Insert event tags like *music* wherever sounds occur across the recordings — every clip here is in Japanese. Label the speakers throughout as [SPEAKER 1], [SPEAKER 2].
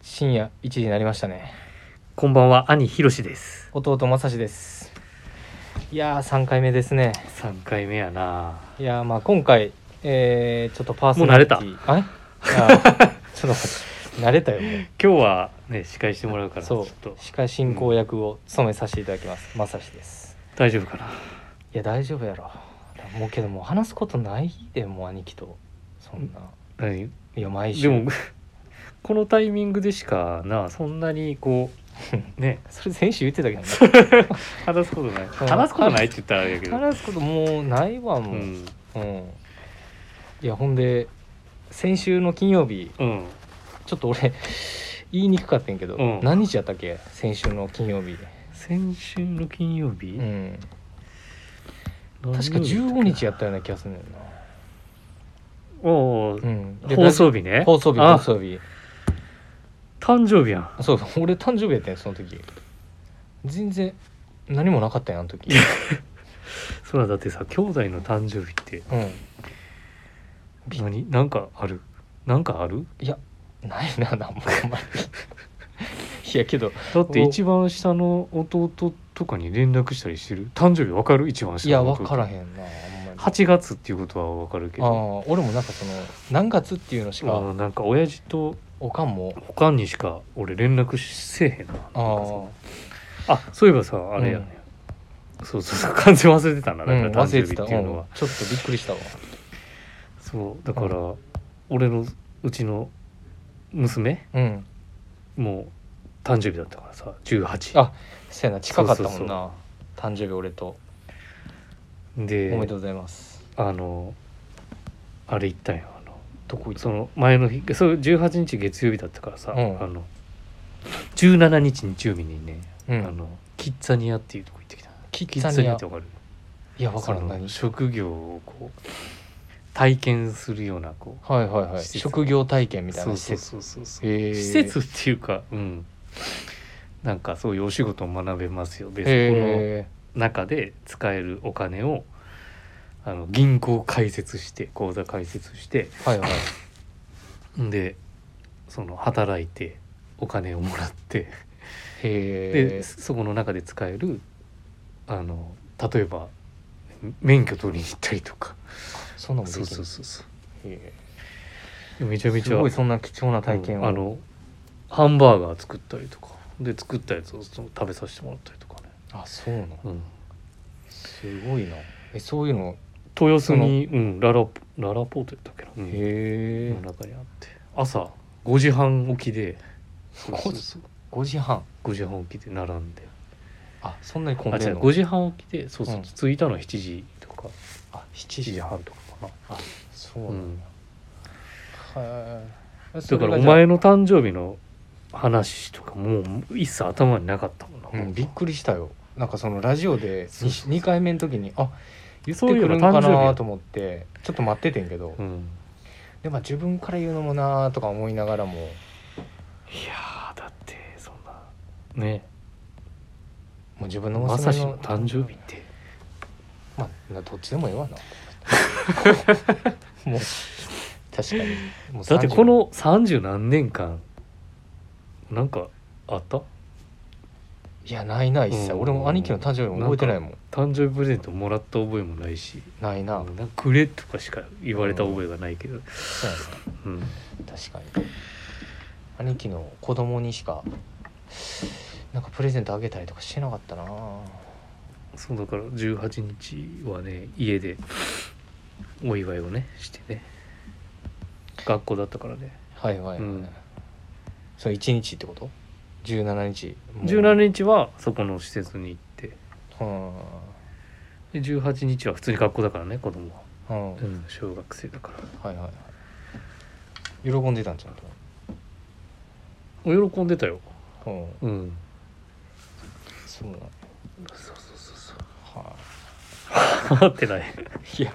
[SPEAKER 1] 深夜1時になりましたね
[SPEAKER 2] こんばんは、兄ひろしです。
[SPEAKER 1] 弟正志ですいやー3回目ですね
[SPEAKER 2] 三回目やな。
[SPEAKER 1] いやーまあ今回えー、ちょっとパーソ
[SPEAKER 2] も
[SPEAKER 1] たあれ *laughs* あーちょっと待って慣れたよもう
[SPEAKER 2] 今日はね、司会してもらうから、ち
[SPEAKER 1] そ
[SPEAKER 2] ょ
[SPEAKER 1] う
[SPEAKER 2] っと
[SPEAKER 1] 司会進行役を務めさせていただきます正志です
[SPEAKER 2] 大丈夫かな。
[SPEAKER 1] いや大丈夫やろもうけどもう話すことないでもう兄貴とそんな
[SPEAKER 2] 何
[SPEAKER 1] いや毎週
[SPEAKER 2] でも、 *laughs* このタイミングでしかな、そんなにこう、ね、
[SPEAKER 1] それ先週言ってたけどね
[SPEAKER 2] 話すことない。
[SPEAKER 1] ん
[SPEAKER 2] 話すことないって言ったらあれやけど。
[SPEAKER 1] 話すこともうないわ
[SPEAKER 2] う
[SPEAKER 1] もう、
[SPEAKER 2] ん。
[SPEAKER 1] うん、いやほんで先週の金曜日
[SPEAKER 2] うん。
[SPEAKER 1] ちょっと俺 *laughs* 言いにくかったんやけど、
[SPEAKER 2] うん
[SPEAKER 1] 何日やったっけ先週の金曜日、
[SPEAKER 2] 先週の金曜日、
[SPEAKER 1] うん、
[SPEAKER 2] 何曜
[SPEAKER 1] 確
[SPEAKER 2] 日
[SPEAKER 1] か15日やったような気がするんだよ
[SPEAKER 2] おー
[SPEAKER 1] な、うん、で
[SPEAKER 2] 放送日ね。
[SPEAKER 1] 放送日放
[SPEAKER 2] あ、
[SPEAKER 1] 送日
[SPEAKER 2] 誕生日やん。
[SPEAKER 1] そうそう俺誕生日やったんやその時全然何もなかったんやあの
[SPEAKER 2] *laughs*
[SPEAKER 1] 時、
[SPEAKER 2] そうなんだってさ、兄弟の誕生日って、
[SPEAKER 1] うん、
[SPEAKER 2] 何なんかあるなんかある
[SPEAKER 1] いやないな何もあんまり *laughs* いやけど
[SPEAKER 2] だって
[SPEAKER 1] お
[SPEAKER 2] 一番下の弟とかに連絡したりしてる誕生日わかる一番下
[SPEAKER 1] いや
[SPEAKER 2] の弟
[SPEAKER 1] 分からへんなあんまり
[SPEAKER 2] 8月っていうことはわかるけ
[SPEAKER 1] ああ
[SPEAKER 2] ど
[SPEAKER 1] 俺もなんかその何月っていうのし
[SPEAKER 2] あの
[SPEAKER 1] か
[SPEAKER 2] なんか親父と
[SPEAKER 1] おかんも
[SPEAKER 2] 他にしか俺連絡せえへんななんか
[SPEAKER 1] あー
[SPEAKER 2] さあそういえばさあれやね、そうそうそう完全忘れてたな
[SPEAKER 1] う
[SPEAKER 2] だ
[SPEAKER 1] ん、
[SPEAKER 2] から
[SPEAKER 1] 忘
[SPEAKER 2] 誕生
[SPEAKER 1] れ
[SPEAKER 2] 日
[SPEAKER 1] てた、
[SPEAKER 2] っ
[SPEAKER 1] うん
[SPEAKER 2] ていうのは、
[SPEAKER 1] ちょっとびっくりしたわ
[SPEAKER 2] そうだから、俺のうちの娘
[SPEAKER 1] うん
[SPEAKER 2] も誕生日だったからさ18
[SPEAKER 1] あせやな近かったもんな
[SPEAKER 2] そうそうそ
[SPEAKER 1] 誕生日俺と、
[SPEAKER 2] で
[SPEAKER 1] おめでとうございます
[SPEAKER 2] あのあれ行ったんよあの
[SPEAKER 1] どこ行った
[SPEAKER 2] その前の日そう18日月曜日だったからさ、
[SPEAKER 1] うん
[SPEAKER 2] あの17日日曜日にね、
[SPEAKER 1] うん
[SPEAKER 2] あのキッザニアっていうとこ行ってきた
[SPEAKER 1] キ
[SPEAKER 2] キ
[SPEAKER 1] ッ
[SPEAKER 2] ッ
[SPEAKER 1] ザ
[SPEAKER 2] ザ
[SPEAKER 1] ニ
[SPEAKER 2] ニア
[SPEAKER 1] ア
[SPEAKER 2] ってわかる
[SPEAKER 1] いや分からん
[SPEAKER 2] その
[SPEAKER 1] 何
[SPEAKER 2] 職業をこう体験するようなこう
[SPEAKER 1] はいはいはい
[SPEAKER 2] 施設
[SPEAKER 1] 職業体験みたい
[SPEAKER 2] そう
[SPEAKER 1] な施
[SPEAKER 2] そう
[SPEAKER 1] 設
[SPEAKER 2] そうそうそう
[SPEAKER 1] へー
[SPEAKER 2] 施設っていうかうんなんかそういうお仕事を学べますよでそこの
[SPEAKER 1] へえ
[SPEAKER 2] 中で使えるお金をあの銀行開設して口座開設して
[SPEAKER 1] はいはい
[SPEAKER 2] でその働いてお金をもらって
[SPEAKER 1] へ
[SPEAKER 2] でそこの中で使えるあの例えば免許取りに行ったりとか
[SPEAKER 1] えそんなもんでき
[SPEAKER 2] そ
[SPEAKER 1] る
[SPEAKER 2] うそうそうそう
[SPEAKER 1] へ
[SPEAKER 2] めちゃ
[SPEAKER 1] え
[SPEAKER 2] めち
[SPEAKER 1] す
[SPEAKER 2] ゃ
[SPEAKER 1] ごいそんな貴重な体験
[SPEAKER 2] うんあ
[SPEAKER 1] を
[SPEAKER 2] のハンバーガー作ったりとかで作ったやつをその食べさせてもらったりとかね、
[SPEAKER 1] あそうなの
[SPEAKER 2] うん、
[SPEAKER 1] すごいなえそういうの
[SPEAKER 2] 豊洲に、うん、ララララポートやったっけな、うん
[SPEAKER 1] へえ
[SPEAKER 2] の中にあって朝5時半起きでそうそうそう
[SPEAKER 1] 5時半
[SPEAKER 2] 5時半起きで並んで
[SPEAKER 1] あそんなに混
[SPEAKER 2] あ
[SPEAKER 1] んで
[SPEAKER 2] 違
[SPEAKER 1] ん
[SPEAKER 2] う
[SPEAKER 1] の
[SPEAKER 2] 5時半起きでそうそう、
[SPEAKER 1] うん
[SPEAKER 2] 着いたの7時とか
[SPEAKER 1] あ7
[SPEAKER 2] 7時
[SPEAKER 1] 時
[SPEAKER 2] 半とかかな
[SPEAKER 1] あそう
[SPEAKER 2] う
[SPEAKER 1] なん
[SPEAKER 2] ん
[SPEAKER 1] だ、へえそ
[SPEAKER 2] だ
[SPEAKER 1] れが
[SPEAKER 2] から
[SPEAKER 1] じゃあ
[SPEAKER 2] お前の誕生日の話とかもう一切頭になかったもんな、
[SPEAKER 1] うん、びっくりしたよなんかそのラジオで
[SPEAKER 2] そうそうそう
[SPEAKER 1] 2, 回目の時にあ言って
[SPEAKER 2] そうい
[SPEAKER 1] く
[SPEAKER 2] えば
[SPEAKER 1] るんか
[SPEAKER 2] 誕生日
[SPEAKER 1] な
[SPEAKER 2] や
[SPEAKER 1] と思ってちょっと待っててんけど、
[SPEAKER 2] うん
[SPEAKER 1] でも自分から言うのもなーとか思いながらも
[SPEAKER 2] いやーだってそんなね
[SPEAKER 1] もう自分の
[SPEAKER 2] ま
[SPEAKER 1] 娘
[SPEAKER 2] さし
[SPEAKER 1] の
[SPEAKER 2] の誕生日って
[SPEAKER 1] まあなどっちでもええわ
[SPEAKER 2] *laughs*
[SPEAKER 1] なもう確かにもう
[SPEAKER 2] だって
[SPEAKER 1] 30
[SPEAKER 2] この三十何年間なんかあった
[SPEAKER 1] いやないな一切、
[SPEAKER 2] うん
[SPEAKER 1] 俺も兄貴の誕生日も覚えてないもん
[SPEAKER 2] 誕生日プレゼントもらった覚えもないし
[SPEAKER 1] ないな,、
[SPEAKER 2] うんなんかくれとかしか言われた覚えがないけど、
[SPEAKER 1] そうや
[SPEAKER 2] うん
[SPEAKER 1] な確かに兄貴の子供にしかなんかプレゼントあげたりとかしてなかったな
[SPEAKER 2] そうだから18日はね家でお祝いをねしてね学校だったからね
[SPEAKER 1] はいはいはい、
[SPEAKER 2] うん
[SPEAKER 1] その1日ってこと17日もう
[SPEAKER 2] 17日はそこの施設に行って
[SPEAKER 1] うん
[SPEAKER 2] で18日は普通に学校だからね子供
[SPEAKER 1] う
[SPEAKER 2] は、
[SPEAKER 1] ん、
[SPEAKER 2] うん、小学生だから
[SPEAKER 1] はいはいはい喜んでたんちゃう
[SPEAKER 2] お喜んでたよ
[SPEAKER 1] とうん
[SPEAKER 2] うん *laughs*
[SPEAKER 1] そうなの
[SPEAKER 2] そうそうそうそう
[SPEAKER 1] は
[SPEAKER 2] 合ってない
[SPEAKER 1] い、いや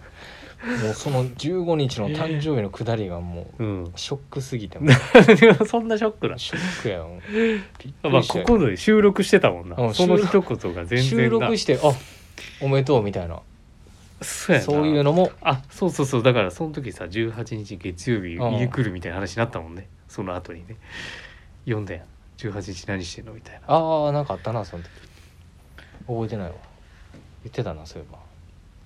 [SPEAKER 1] もうその15日の誕生日のくだりがも
[SPEAKER 2] うん *laughs*
[SPEAKER 1] うショックすぎてもう
[SPEAKER 2] そんなショックな
[SPEAKER 1] ショックやんびっく
[SPEAKER 2] まあ
[SPEAKER 1] りした
[SPEAKER 2] こ
[SPEAKER 1] よ
[SPEAKER 2] こで収録してたもんな、
[SPEAKER 1] うん
[SPEAKER 2] その一言が全
[SPEAKER 1] 収
[SPEAKER 2] 然な
[SPEAKER 1] 録してあおめでとうみたいな
[SPEAKER 2] そうやな
[SPEAKER 1] そういうのも
[SPEAKER 2] あそうそうそうだからその時さ18日月曜日
[SPEAKER 1] うん
[SPEAKER 2] 家来るみたいな話になったもんねその後にね読んだやん18日何してんのみたいな
[SPEAKER 1] ああなんかあったなその時覚えてないわ言ってたなそういえば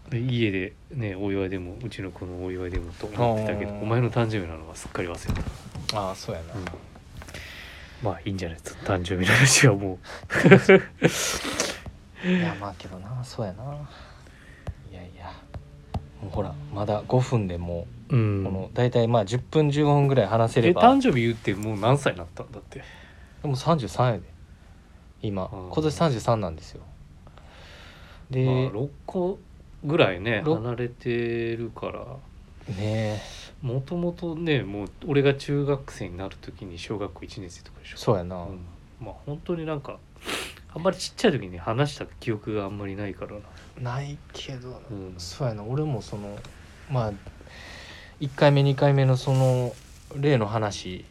[SPEAKER 2] で家でねお祝いでもうちの子のお祝いでもと思ってたけど
[SPEAKER 1] あー
[SPEAKER 2] お前の誕生日なのはすっかり忘れた、
[SPEAKER 1] ああそうやな、
[SPEAKER 2] うんまあいいんじゃないですか誕生日の話はも
[SPEAKER 1] いやまあけどなそうやないやいやもうほらまだ5分でも
[SPEAKER 2] う、う
[SPEAKER 1] う、
[SPEAKER 2] ん、
[SPEAKER 1] この大体まあ10分15分ぐらい話せ
[SPEAKER 2] え
[SPEAKER 1] れば
[SPEAKER 2] 誕
[SPEAKER 1] で
[SPEAKER 2] 生日言ってもう何歳になったんだって
[SPEAKER 1] も33やで今
[SPEAKER 2] ー
[SPEAKER 1] 今年33なんですよで、
[SPEAKER 2] まあ、6個ぐらいね
[SPEAKER 1] ろ
[SPEAKER 2] 離れてるから
[SPEAKER 1] ねえ
[SPEAKER 2] もともとねもう俺が中学生になる時に小学校1年生とかでしょ
[SPEAKER 1] そうやな、
[SPEAKER 2] うんまあ本当になんかあんまりちっちゃい時に話した記憶があんまりないからな
[SPEAKER 1] ないけど、
[SPEAKER 2] うん
[SPEAKER 1] そうやな俺もそのまあ1回目2回目のその例の話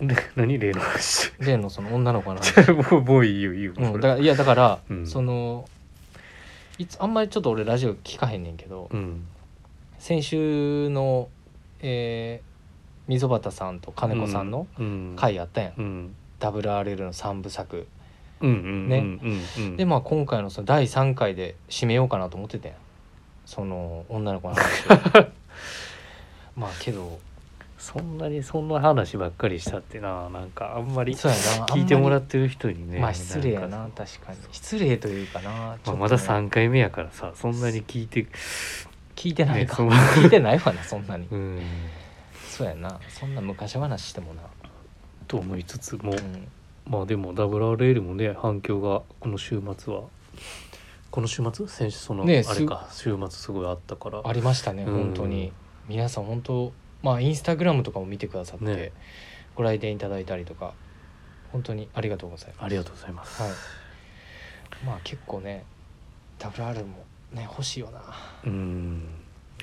[SPEAKER 2] で何例の話
[SPEAKER 1] 例のその女の子の話
[SPEAKER 2] *laughs* もうもういいよいいよ、
[SPEAKER 1] うん
[SPEAKER 2] そ、れ
[SPEAKER 1] だからいやだから、
[SPEAKER 2] うん
[SPEAKER 1] そのいつあんまりちょっと俺ラジオ聞かへんねんけど、
[SPEAKER 2] うん
[SPEAKER 1] 先週の、えー溝端さんと金子さんの
[SPEAKER 2] うん
[SPEAKER 1] 回あったやん、
[SPEAKER 2] うん
[SPEAKER 1] ダブ WRL の3部作、
[SPEAKER 2] うんうん
[SPEAKER 1] ね
[SPEAKER 2] うんうん
[SPEAKER 1] でまあ今回のその第3回で締めようかなと思ってたやんその女の子の話
[SPEAKER 2] *laughs*
[SPEAKER 1] をまあけど
[SPEAKER 2] そんなにそんな話ばっかりしたってななんかあんまり
[SPEAKER 1] そうやな
[SPEAKER 2] 聞いてもら
[SPEAKER 1] っ
[SPEAKER 2] ってる人に
[SPEAKER 1] て
[SPEAKER 2] ね
[SPEAKER 1] まあ失礼や
[SPEAKER 2] ん
[SPEAKER 1] な
[SPEAKER 2] か
[SPEAKER 1] 確かに失礼というかなちょっ
[SPEAKER 2] まあ、
[SPEAKER 1] と
[SPEAKER 2] まだ
[SPEAKER 1] ね
[SPEAKER 2] 3回目やからさそんなに聞いて
[SPEAKER 1] 聞いてない
[SPEAKER 2] ね
[SPEAKER 1] か、
[SPEAKER 2] そう
[SPEAKER 1] 聞いてないわなそんなに
[SPEAKER 2] うん
[SPEAKER 1] そうやなそんな昔話してもな、
[SPEAKER 2] と思いつつも
[SPEAKER 1] うん、
[SPEAKER 2] まあでも WRL もね反響がこの週末はこの週末先週その、
[SPEAKER 1] ねえ
[SPEAKER 2] あれか週末すごいあったから
[SPEAKER 1] ありましたね
[SPEAKER 2] うん
[SPEAKER 1] 本当に皆さん本当まあインスタグラムとかも見てくださって、
[SPEAKER 2] ね
[SPEAKER 1] ご来店いただいたりとか本当にありがとうございます
[SPEAKER 2] ありがとうございます、
[SPEAKER 1] はいまあ結構ね WR もね欲しいよな
[SPEAKER 2] うん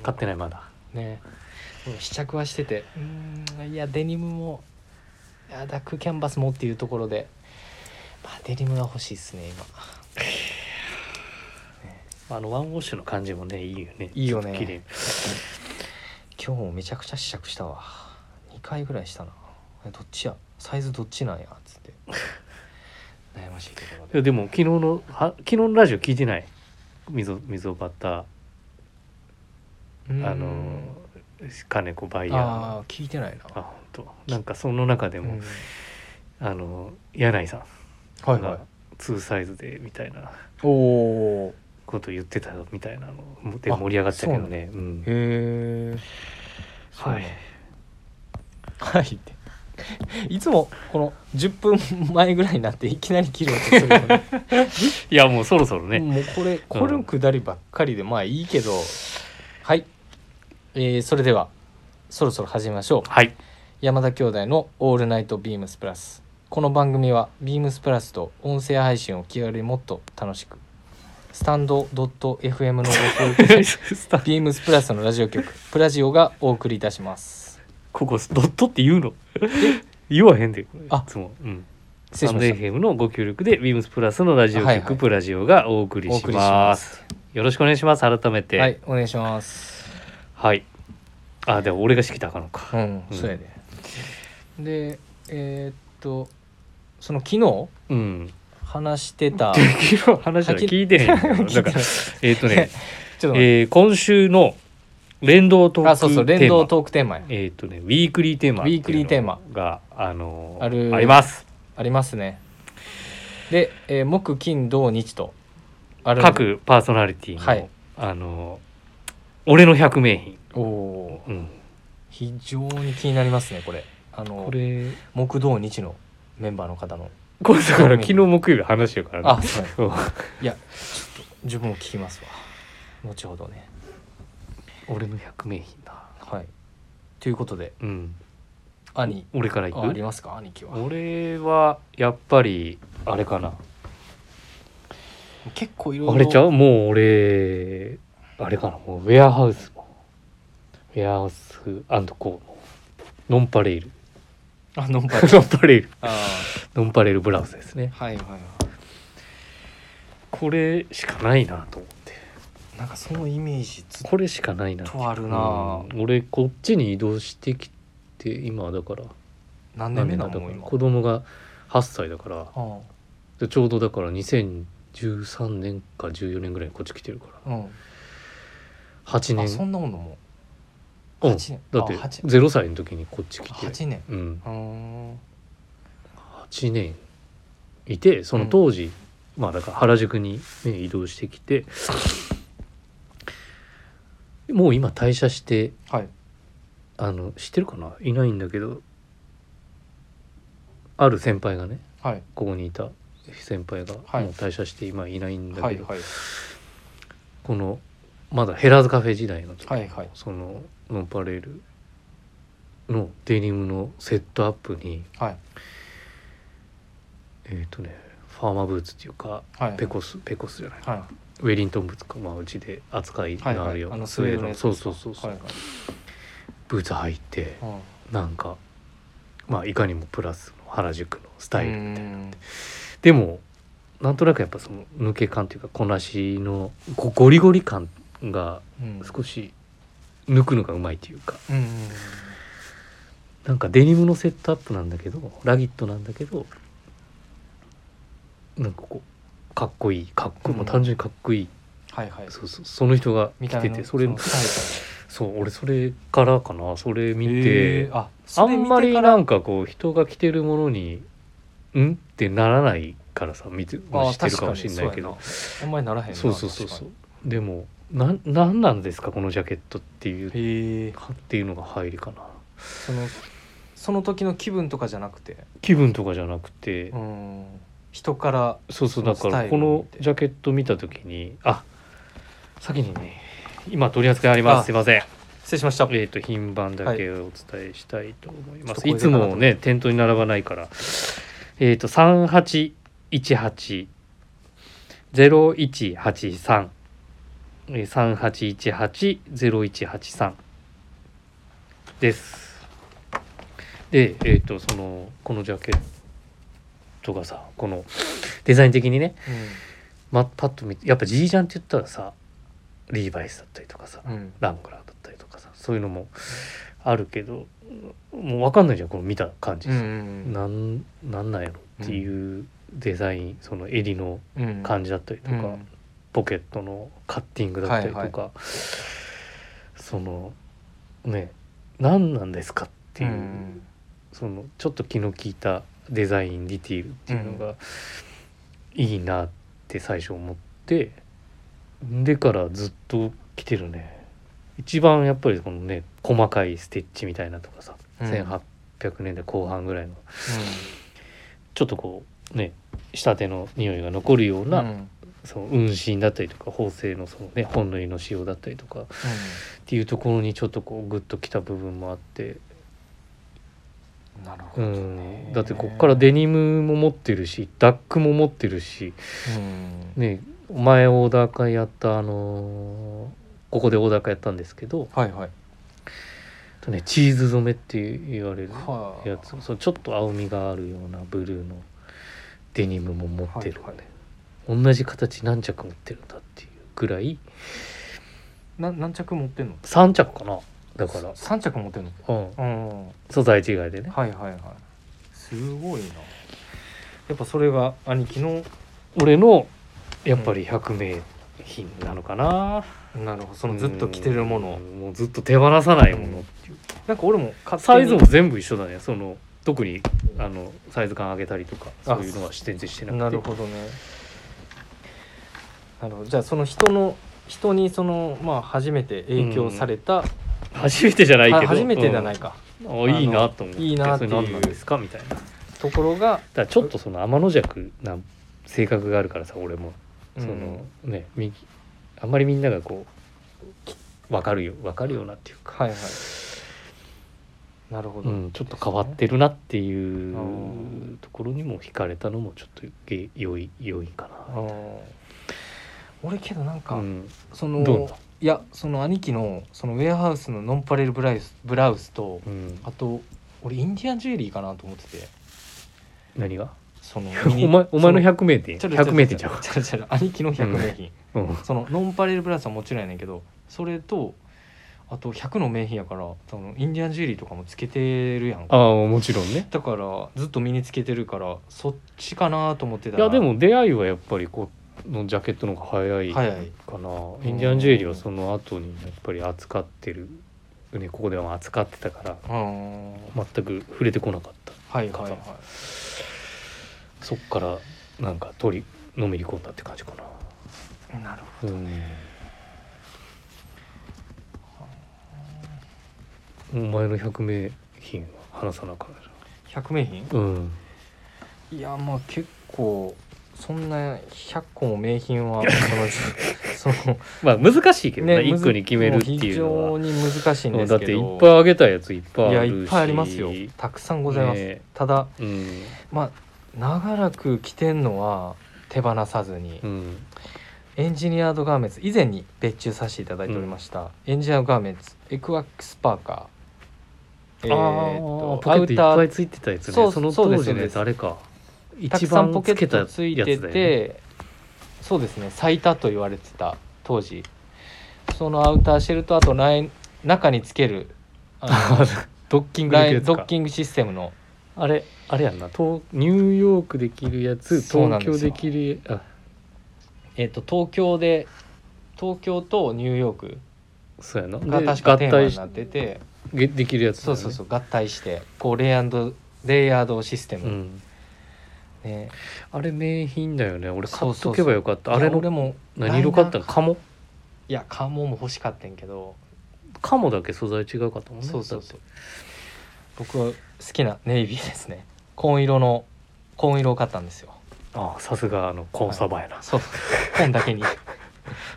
[SPEAKER 2] 買ってないまだ
[SPEAKER 1] ね俺試着はしててうーんいやデニムもいやダックキャンバスもっていうところでまあデニムが欲しいっすね今
[SPEAKER 2] あのワンウォッシュの感じもねいいよね
[SPEAKER 1] いいよね
[SPEAKER 2] 綺麗
[SPEAKER 1] 今日もめちゃくちゃ試着したわ2回ぐらいしたなえどっちやサイズどっちなんやっつって *laughs* 悩ましいところ
[SPEAKER 2] いや
[SPEAKER 1] で
[SPEAKER 2] でも昨日のは昨日のラジオ聞いてない溝溝端
[SPEAKER 1] うーん
[SPEAKER 2] あの金子バイヤー
[SPEAKER 1] あー
[SPEAKER 2] の
[SPEAKER 1] 聞いてない
[SPEAKER 2] あ
[SPEAKER 1] な
[SPEAKER 2] 本当なんかその中
[SPEAKER 1] で
[SPEAKER 2] でも、
[SPEAKER 1] うん
[SPEAKER 2] あの柳井さん
[SPEAKER 1] はい
[SPEAKER 2] が
[SPEAKER 1] はい
[SPEAKER 2] 2サイズでみたいな
[SPEAKER 1] おお
[SPEAKER 2] こと言ってたみたいなので
[SPEAKER 1] あ
[SPEAKER 2] 盛り上がったけどねうん
[SPEAKER 1] へえ
[SPEAKER 2] はい
[SPEAKER 1] はいっていつもこの10分前ぐらいになっていきなり切るうとするよね
[SPEAKER 2] いやもうそろそろね
[SPEAKER 1] もうこれこれのくだりばっかりでまあいいけどはい、えーそれではそろそろ始めましょう
[SPEAKER 2] はい
[SPEAKER 1] 山田兄弟の「オールナイトビームスプラス」この番組はビームスプラスと音声配信を気軽にもっと楽しくスタンド .fm のご協力
[SPEAKER 2] *laughs* スタ
[SPEAKER 1] ビーム *laughs* スプラスのラジオ局プラジオがお送りいたします
[SPEAKER 2] ここドットって言うの言わへんでこれい
[SPEAKER 1] あ
[SPEAKER 2] つもうん
[SPEAKER 1] 失礼しま
[SPEAKER 2] サン
[SPEAKER 1] し
[SPEAKER 2] ド FM のご協力でビームスプラスのラジオ
[SPEAKER 1] はいは
[SPEAKER 2] 局
[SPEAKER 1] い
[SPEAKER 2] プラジオがお送り
[SPEAKER 1] お
[SPEAKER 2] し
[SPEAKER 1] 送りし
[SPEAKER 2] ま
[SPEAKER 1] ますす
[SPEAKER 2] よろしくお願いします改め
[SPEAKER 1] たは
[SPEAKER 2] て
[SPEAKER 1] いお願いします
[SPEAKER 2] はいあでも俺が仕切ったらあかんのか
[SPEAKER 1] うん、
[SPEAKER 2] うん
[SPEAKER 1] そうやででえーっとその昨日
[SPEAKER 2] うん
[SPEAKER 1] 話して
[SPEAKER 2] *laughs*
[SPEAKER 1] た
[SPEAKER 2] 昨日話は聞いてへんけ
[SPEAKER 1] *laughs*
[SPEAKER 2] ど
[SPEAKER 1] 聞
[SPEAKER 2] だ
[SPEAKER 1] いて
[SPEAKER 2] か
[SPEAKER 1] ない
[SPEAKER 2] らえっとね
[SPEAKER 1] ちょっと待って、
[SPEAKER 2] えー今週の連動トーク
[SPEAKER 1] あそうそう連動トークテーマや
[SPEAKER 2] えっ、とね、ウィークリーテーマ。
[SPEAKER 1] ウィークリーテーマ
[SPEAKER 2] が、あのー
[SPEAKER 1] ある
[SPEAKER 2] あります。
[SPEAKER 1] ありますねで、えー木金土日とある
[SPEAKER 2] 各パーソナリティの、
[SPEAKER 1] はい
[SPEAKER 2] あのー俺の百名品。
[SPEAKER 1] おおー
[SPEAKER 2] うん
[SPEAKER 1] 非常に気になりますねこれあの
[SPEAKER 2] これ、
[SPEAKER 1] 木土日のメンバーの方の
[SPEAKER 2] これだから昨日木曜日話してるから、
[SPEAKER 1] あそう
[SPEAKER 2] うん
[SPEAKER 1] いやちょっと自分も聞きますわ後ほどね
[SPEAKER 2] 俺の百名品だ。
[SPEAKER 1] はいということで
[SPEAKER 2] うん。
[SPEAKER 1] 兄
[SPEAKER 2] 俺から
[SPEAKER 1] ああ
[SPEAKER 2] 行
[SPEAKER 1] り
[SPEAKER 2] く
[SPEAKER 1] ますか兄貴は
[SPEAKER 2] 俺は、やっぱり、あれかな。
[SPEAKER 1] 結構いろいろ
[SPEAKER 2] あれちゃうもう俺、あれかな。もうウェアハウスも。ウェアハウスコーの。ノンパレール。
[SPEAKER 1] あノンパイ
[SPEAKER 2] *laughs* ノンパレール。
[SPEAKER 1] あ
[SPEAKER 2] ノンパレルブラウスですね
[SPEAKER 1] ーはいはいは
[SPEAKER 2] これしかないなと思って
[SPEAKER 1] いなんかそのイメージずっ
[SPEAKER 2] これしかないなって
[SPEAKER 1] とあるなあ
[SPEAKER 2] うん俺こっちに移動してきて今だから
[SPEAKER 1] 何年目な
[SPEAKER 2] だ
[SPEAKER 1] の
[SPEAKER 2] から
[SPEAKER 1] 今
[SPEAKER 2] 子供が8歳だから
[SPEAKER 1] うん
[SPEAKER 2] でちょうどだから2013年か14年ぐらいにこっち来てるから
[SPEAKER 1] うん
[SPEAKER 2] 8
[SPEAKER 1] あそ
[SPEAKER 2] 年
[SPEAKER 1] んなものも
[SPEAKER 2] うん
[SPEAKER 1] 八年
[SPEAKER 2] だって
[SPEAKER 1] あ八
[SPEAKER 2] 0歳の時にこっち来て
[SPEAKER 1] 8年
[SPEAKER 2] うん
[SPEAKER 1] うーん
[SPEAKER 2] 8年いてその当時、まあだから原宿に、ね、移動してきてもう今退社して
[SPEAKER 1] はい
[SPEAKER 2] あの知ってるかないないんだけどある先輩がね
[SPEAKER 1] はい
[SPEAKER 2] ここにいた先輩がもう
[SPEAKER 1] はい
[SPEAKER 2] 退社して今いないんだけど、
[SPEAKER 1] はいはい
[SPEAKER 2] このまだヘラーズカフェ時代の時、
[SPEAKER 1] はいはい
[SPEAKER 2] そのノンパレルのデニムのセットアップに
[SPEAKER 1] はい
[SPEAKER 2] えっ、とねファーマーブーツっていうか
[SPEAKER 1] はい
[SPEAKER 2] ペコスペコスじゃない
[SPEAKER 1] はい
[SPEAKER 2] ウェリントンブーツかまあうちで扱いの
[SPEAKER 1] はいはい
[SPEAKER 2] あるよ、
[SPEAKER 1] あの
[SPEAKER 2] スウェーデン
[SPEAKER 1] スウェーデンのやつ
[SPEAKER 2] のそうそうそうそう、
[SPEAKER 1] はいはい
[SPEAKER 2] ブーツ履いて
[SPEAKER 1] うん
[SPEAKER 2] なんかまあいかにもプラスの原宿のスタイルみたいな。
[SPEAKER 1] うーん
[SPEAKER 2] でもなんとなくやっぱその抜け感というかこなしのゴゴリゴリ感が
[SPEAKER 1] うん
[SPEAKER 2] 少し抜くのがうまいというか
[SPEAKER 1] うんうんうん
[SPEAKER 2] なんかデニムのセットアップなんだけどラギットなんだけどなんかこうかっこいいかっこいい、
[SPEAKER 1] うん
[SPEAKER 2] もう単純にかっこいい
[SPEAKER 1] はいはい
[SPEAKER 2] そうそうその人が
[SPEAKER 1] 見
[SPEAKER 2] 来
[SPEAKER 1] た
[SPEAKER 2] て
[SPEAKER 1] 目
[SPEAKER 2] て
[SPEAKER 1] の
[SPEAKER 2] それ
[SPEAKER 1] のス
[SPEAKER 2] そう俺それからかなそれ
[SPEAKER 1] タ
[SPEAKER 2] 見
[SPEAKER 1] イル
[SPEAKER 2] て、
[SPEAKER 1] へーあ
[SPEAKER 2] あ
[SPEAKER 1] それ見
[SPEAKER 2] ん
[SPEAKER 1] て
[SPEAKER 2] まり
[SPEAKER 1] から
[SPEAKER 2] なんかこう人が着てるものにんってならないからさ見て
[SPEAKER 1] あ
[SPEAKER 2] してるかもしれないけど
[SPEAKER 1] 確かにそうやなあんまりならへんな
[SPEAKER 2] そうそうそう
[SPEAKER 1] 確
[SPEAKER 2] そ
[SPEAKER 1] か
[SPEAKER 2] うでもなんなんなんですかこのジャケットっていう
[SPEAKER 1] にへえ
[SPEAKER 2] かっていうのが入りかな
[SPEAKER 1] そのその時の気分とかじゃなくて
[SPEAKER 2] 気分とかじゃなくて、
[SPEAKER 1] うん人から
[SPEAKER 2] そう
[SPEAKER 1] そ
[SPEAKER 2] そう
[SPEAKER 1] の
[SPEAKER 2] だか
[SPEAKER 1] スタイ
[SPEAKER 2] ら
[SPEAKER 1] ル
[SPEAKER 2] この
[SPEAKER 1] 見て
[SPEAKER 2] ジャケット見た時にあ先にね今取り扱いありま
[SPEAKER 1] あ
[SPEAKER 2] すすいません
[SPEAKER 1] 失礼しました
[SPEAKER 2] えっ、と品番だけお伝えしたいと思います、
[SPEAKER 1] はい
[SPEAKER 2] い、
[SPEAKER 1] ちょっとこれで
[SPEAKER 2] つもね店頭に並ばないからえっ、と3 8 1 8 0 1 8 3 3 8 1 8 0 1 8 3です。で、えっ、と、その、このジャケットがさ、このデザイン的にね、ま、パッと見て、やっぱ G ジャンって言ったらさ、リーバイスだったりとかさ、
[SPEAKER 1] うんうん
[SPEAKER 2] ラングラーだったりとかさそういうのもあるけどもう分かんないじゃんこの見た感じ
[SPEAKER 1] う
[SPEAKER 2] さ、
[SPEAKER 1] ん
[SPEAKER 2] なんなんなんやろっていうデザイン、その襟の
[SPEAKER 1] うん
[SPEAKER 2] 感じだったりとか、
[SPEAKER 1] うん
[SPEAKER 2] ポケットのカッティングだったりとか、
[SPEAKER 1] はい
[SPEAKER 2] そのね何なんですかっていう、
[SPEAKER 1] うん
[SPEAKER 2] そのちょっと気の利いたデザインディティールっていうのがいいなって最初思ってでからずっと来てるね一番やっぱりこのね細かいステッチみたいなとかさ、
[SPEAKER 1] うん
[SPEAKER 2] 1800年代後半ぐらいのちょっとこうね仕立ての匂いが残るよう
[SPEAKER 1] うん
[SPEAKER 2] な、
[SPEAKER 1] うん
[SPEAKER 2] その運針だったりとか縫製のそのね本類の仕様だったりとかっていうところにちょっとこうグッときた部分もあって
[SPEAKER 1] うんなるほど
[SPEAKER 2] うん
[SPEAKER 1] ね
[SPEAKER 2] だってこっからデニムも持ってるしダックも持ってるし
[SPEAKER 1] うん
[SPEAKER 2] ねお前オーダー会やったあのーここでオーダー会やったんですけど
[SPEAKER 1] はいはい
[SPEAKER 2] とねチーズ染めって言われる
[SPEAKER 1] はあ
[SPEAKER 2] やつそうちょっと青みがあるようなブルーのデニムも持ってる、
[SPEAKER 1] はいは
[SPEAKER 2] 同じ形何着持ってるんだっていうぐらい
[SPEAKER 1] な何着持ってんの
[SPEAKER 2] 3着かなだから、
[SPEAKER 1] 3着持ってんの
[SPEAKER 2] うん、
[SPEAKER 1] うん
[SPEAKER 2] 素材違いでね
[SPEAKER 1] はいはいはいすごいなやっぱそれが兄貴の
[SPEAKER 2] 俺のやっぱり100名品なのかな、
[SPEAKER 1] なるほどそのずっと着てるものを
[SPEAKER 2] うんもうずっと手放さないものっていう
[SPEAKER 1] なんか俺も勝
[SPEAKER 2] サ
[SPEAKER 1] 手
[SPEAKER 2] イズ
[SPEAKER 1] に
[SPEAKER 2] も全部一緒だねその特にあのサイズ感上げたりとかそういうのは全然してなくて
[SPEAKER 1] なるほどねなるほどじゃあその人の人にそのまあ初めて影響された、
[SPEAKER 2] 初めてじゃないけ
[SPEAKER 1] は
[SPEAKER 2] ど、
[SPEAKER 1] 初めてじゃないいか、
[SPEAKER 2] うんあいいなと思って
[SPEAKER 1] いいなっ
[SPEAKER 2] そ
[SPEAKER 1] てい
[SPEAKER 2] れ
[SPEAKER 1] う
[SPEAKER 2] 何なんですかみたいなだか
[SPEAKER 1] ところが、
[SPEAKER 2] らちょっとその天の弱な性格があるからさ俺も
[SPEAKER 1] うん
[SPEAKER 2] その、ね右あんまりみんながこう分かるよ分かるよなっていうか、
[SPEAKER 1] はいはいなるほど、
[SPEAKER 2] うん、ちょっと変わってるなっていう
[SPEAKER 1] あ
[SPEAKER 2] ところにも惹かれたのもちょっとげ良い良いか
[SPEAKER 1] あー俺けどなんか、
[SPEAKER 2] な。うん、
[SPEAKER 1] その
[SPEAKER 2] どうなの
[SPEAKER 1] いやその兄貴のそのウェアハウスのノンパレルブラウスブラウスと
[SPEAKER 2] うん、
[SPEAKER 1] あと俺インディアンジュエリーかなと思ってて
[SPEAKER 2] 何が
[SPEAKER 1] その
[SPEAKER 2] *laughs* お前お前の
[SPEAKER 1] そ
[SPEAKER 2] 100名店
[SPEAKER 1] ちょちょ
[SPEAKER 2] 100名店ちゃう
[SPEAKER 1] ちょちょちょ兄貴の100名品、
[SPEAKER 2] うん
[SPEAKER 1] そのノンパレルブラウスはもちろんやねんけどそれとあと100の名品やから多分インディアンジュエリーとかもつけてるやん
[SPEAKER 2] あ
[SPEAKER 1] か
[SPEAKER 2] あもちろんね
[SPEAKER 1] だからずっと身につけてるからそっちかなと思ってた
[SPEAKER 2] い
[SPEAKER 1] ら
[SPEAKER 2] やでも出会いはやっぱりこのジャケットの方が早いか
[SPEAKER 1] 早いん
[SPEAKER 2] な、インディアンジュエリーはその後にやっぱり扱ってる、ね、ここでは扱ってたから
[SPEAKER 1] うーんは
[SPEAKER 2] 全く触れてこなかった
[SPEAKER 1] いはいはい
[SPEAKER 2] そっからなんか取りのめり込んだって感じか
[SPEAKER 1] なるほ
[SPEAKER 2] なうんお前の百名品は話さなかった
[SPEAKER 1] ど100名品
[SPEAKER 2] なうん
[SPEAKER 1] いやまあ結構そんな100個も名品
[SPEAKER 2] *laughs*
[SPEAKER 1] はそのその
[SPEAKER 2] まあ難しいけどね
[SPEAKER 1] ね
[SPEAKER 2] 一個に決めるって
[SPEAKER 1] むず
[SPEAKER 2] いうの
[SPEAKER 1] も
[SPEAKER 2] は
[SPEAKER 1] う非常に難しいん
[SPEAKER 2] う
[SPEAKER 1] で
[SPEAKER 2] ん
[SPEAKER 1] す
[SPEAKER 2] だって
[SPEAKER 1] け
[SPEAKER 2] い
[SPEAKER 1] ど
[SPEAKER 2] っぱいあげたやついっぱいあ
[SPEAKER 1] や
[SPEAKER 2] るし
[SPEAKER 1] いっぱいありますよたくさんございます、
[SPEAKER 2] ねえ
[SPEAKER 1] ただ
[SPEAKER 2] うん
[SPEAKER 1] まあ長らく着てんのは手放さずに、
[SPEAKER 2] うん
[SPEAKER 1] エンジニアードガーメンツ以前に別注させていただいておりました、エンジニアードガーメンツエクワックスパーカーえー
[SPEAKER 2] あー
[SPEAKER 1] っと
[SPEAKER 2] ポ
[SPEAKER 1] ア
[SPEAKER 2] ケッ
[SPEAKER 1] ウ
[SPEAKER 2] トいっ
[SPEAKER 1] タ
[SPEAKER 2] ぱい
[SPEAKER 1] ー
[SPEAKER 2] ついてたやつね
[SPEAKER 1] そう
[SPEAKER 2] その
[SPEAKER 1] そう
[SPEAKER 2] 当
[SPEAKER 1] です
[SPEAKER 2] 時
[SPEAKER 1] そう
[SPEAKER 2] ね
[SPEAKER 1] です
[SPEAKER 2] 誰か
[SPEAKER 1] たく
[SPEAKER 2] 一
[SPEAKER 1] さん
[SPEAKER 2] 番
[SPEAKER 1] ポケ
[SPEAKER 2] つけ
[SPEAKER 1] ッ
[SPEAKER 2] た
[SPEAKER 1] ト
[SPEAKER 2] やつ
[SPEAKER 1] ついて
[SPEAKER 2] だよね
[SPEAKER 1] て、そうですね最多と言われてた当時そのアウターシェルとあとライン中につけるあの
[SPEAKER 2] *laughs* ドッキングで
[SPEAKER 1] ラ
[SPEAKER 2] きる
[SPEAKER 1] イ
[SPEAKER 2] や
[SPEAKER 1] ン
[SPEAKER 2] つ
[SPEAKER 1] ド
[SPEAKER 2] か
[SPEAKER 1] ッキングシステムの
[SPEAKER 2] あれあれやんな東ニューヨークできるやつ
[SPEAKER 1] そうなん
[SPEAKER 2] 東
[SPEAKER 1] ですよ
[SPEAKER 2] 京できるあ
[SPEAKER 1] えっ、と東京で東京とニューヨーク
[SPEAKER 2] そうやな
[SPEAKER 1] が
[SPEAKER 2] で
[SPEAKER 1] 確かテーマに
[SPEAKER 2] し
[SPEAKER 1] なってて
[SPEAKER 2] げできるやつだ
[SPEAKER 1] そ
[SPEAKER 2] よ
[SPEAKER 1] う
[SPEAKER 2] ね
[SPEAKER 1] そうそう合体してこうレイアンドレイヤードシステ
[SPEAKER 2] う
[SPEAKER 1] ム、
[SPEAKER 2] ん
[SPEAKER 1] ね
[SPEAKER 2] あれ名品だよね俺
[SPEAKER 1] そ
[SPEAKER 2] 買
[SPEAKER 1] う
[SPEAKER 2] っ
[SPEAKER 1] そうそう
[SPEAKER 2] とけばよかったあれ
[SPEAKER 1] いや俺
[SPEAKER 2] の
[SPEAKER 1] も
[SPEAKER 2] 何色買った
[SPEAKER 1] ライナー
[SPEAKER 2] のカモ
[SPEAKER 1] いやカモも欲しかったんけど、
[SPEAKER 2] カモだけ素材違うかったもんね
[SPEAKER 1] そうそうそう僕は好きなネイビーですね紺色の紺色を買ったんですよ
[SPEAKER 2] ああさすがあのコンサバやな、
[SPEAKER 1] そう紺だけに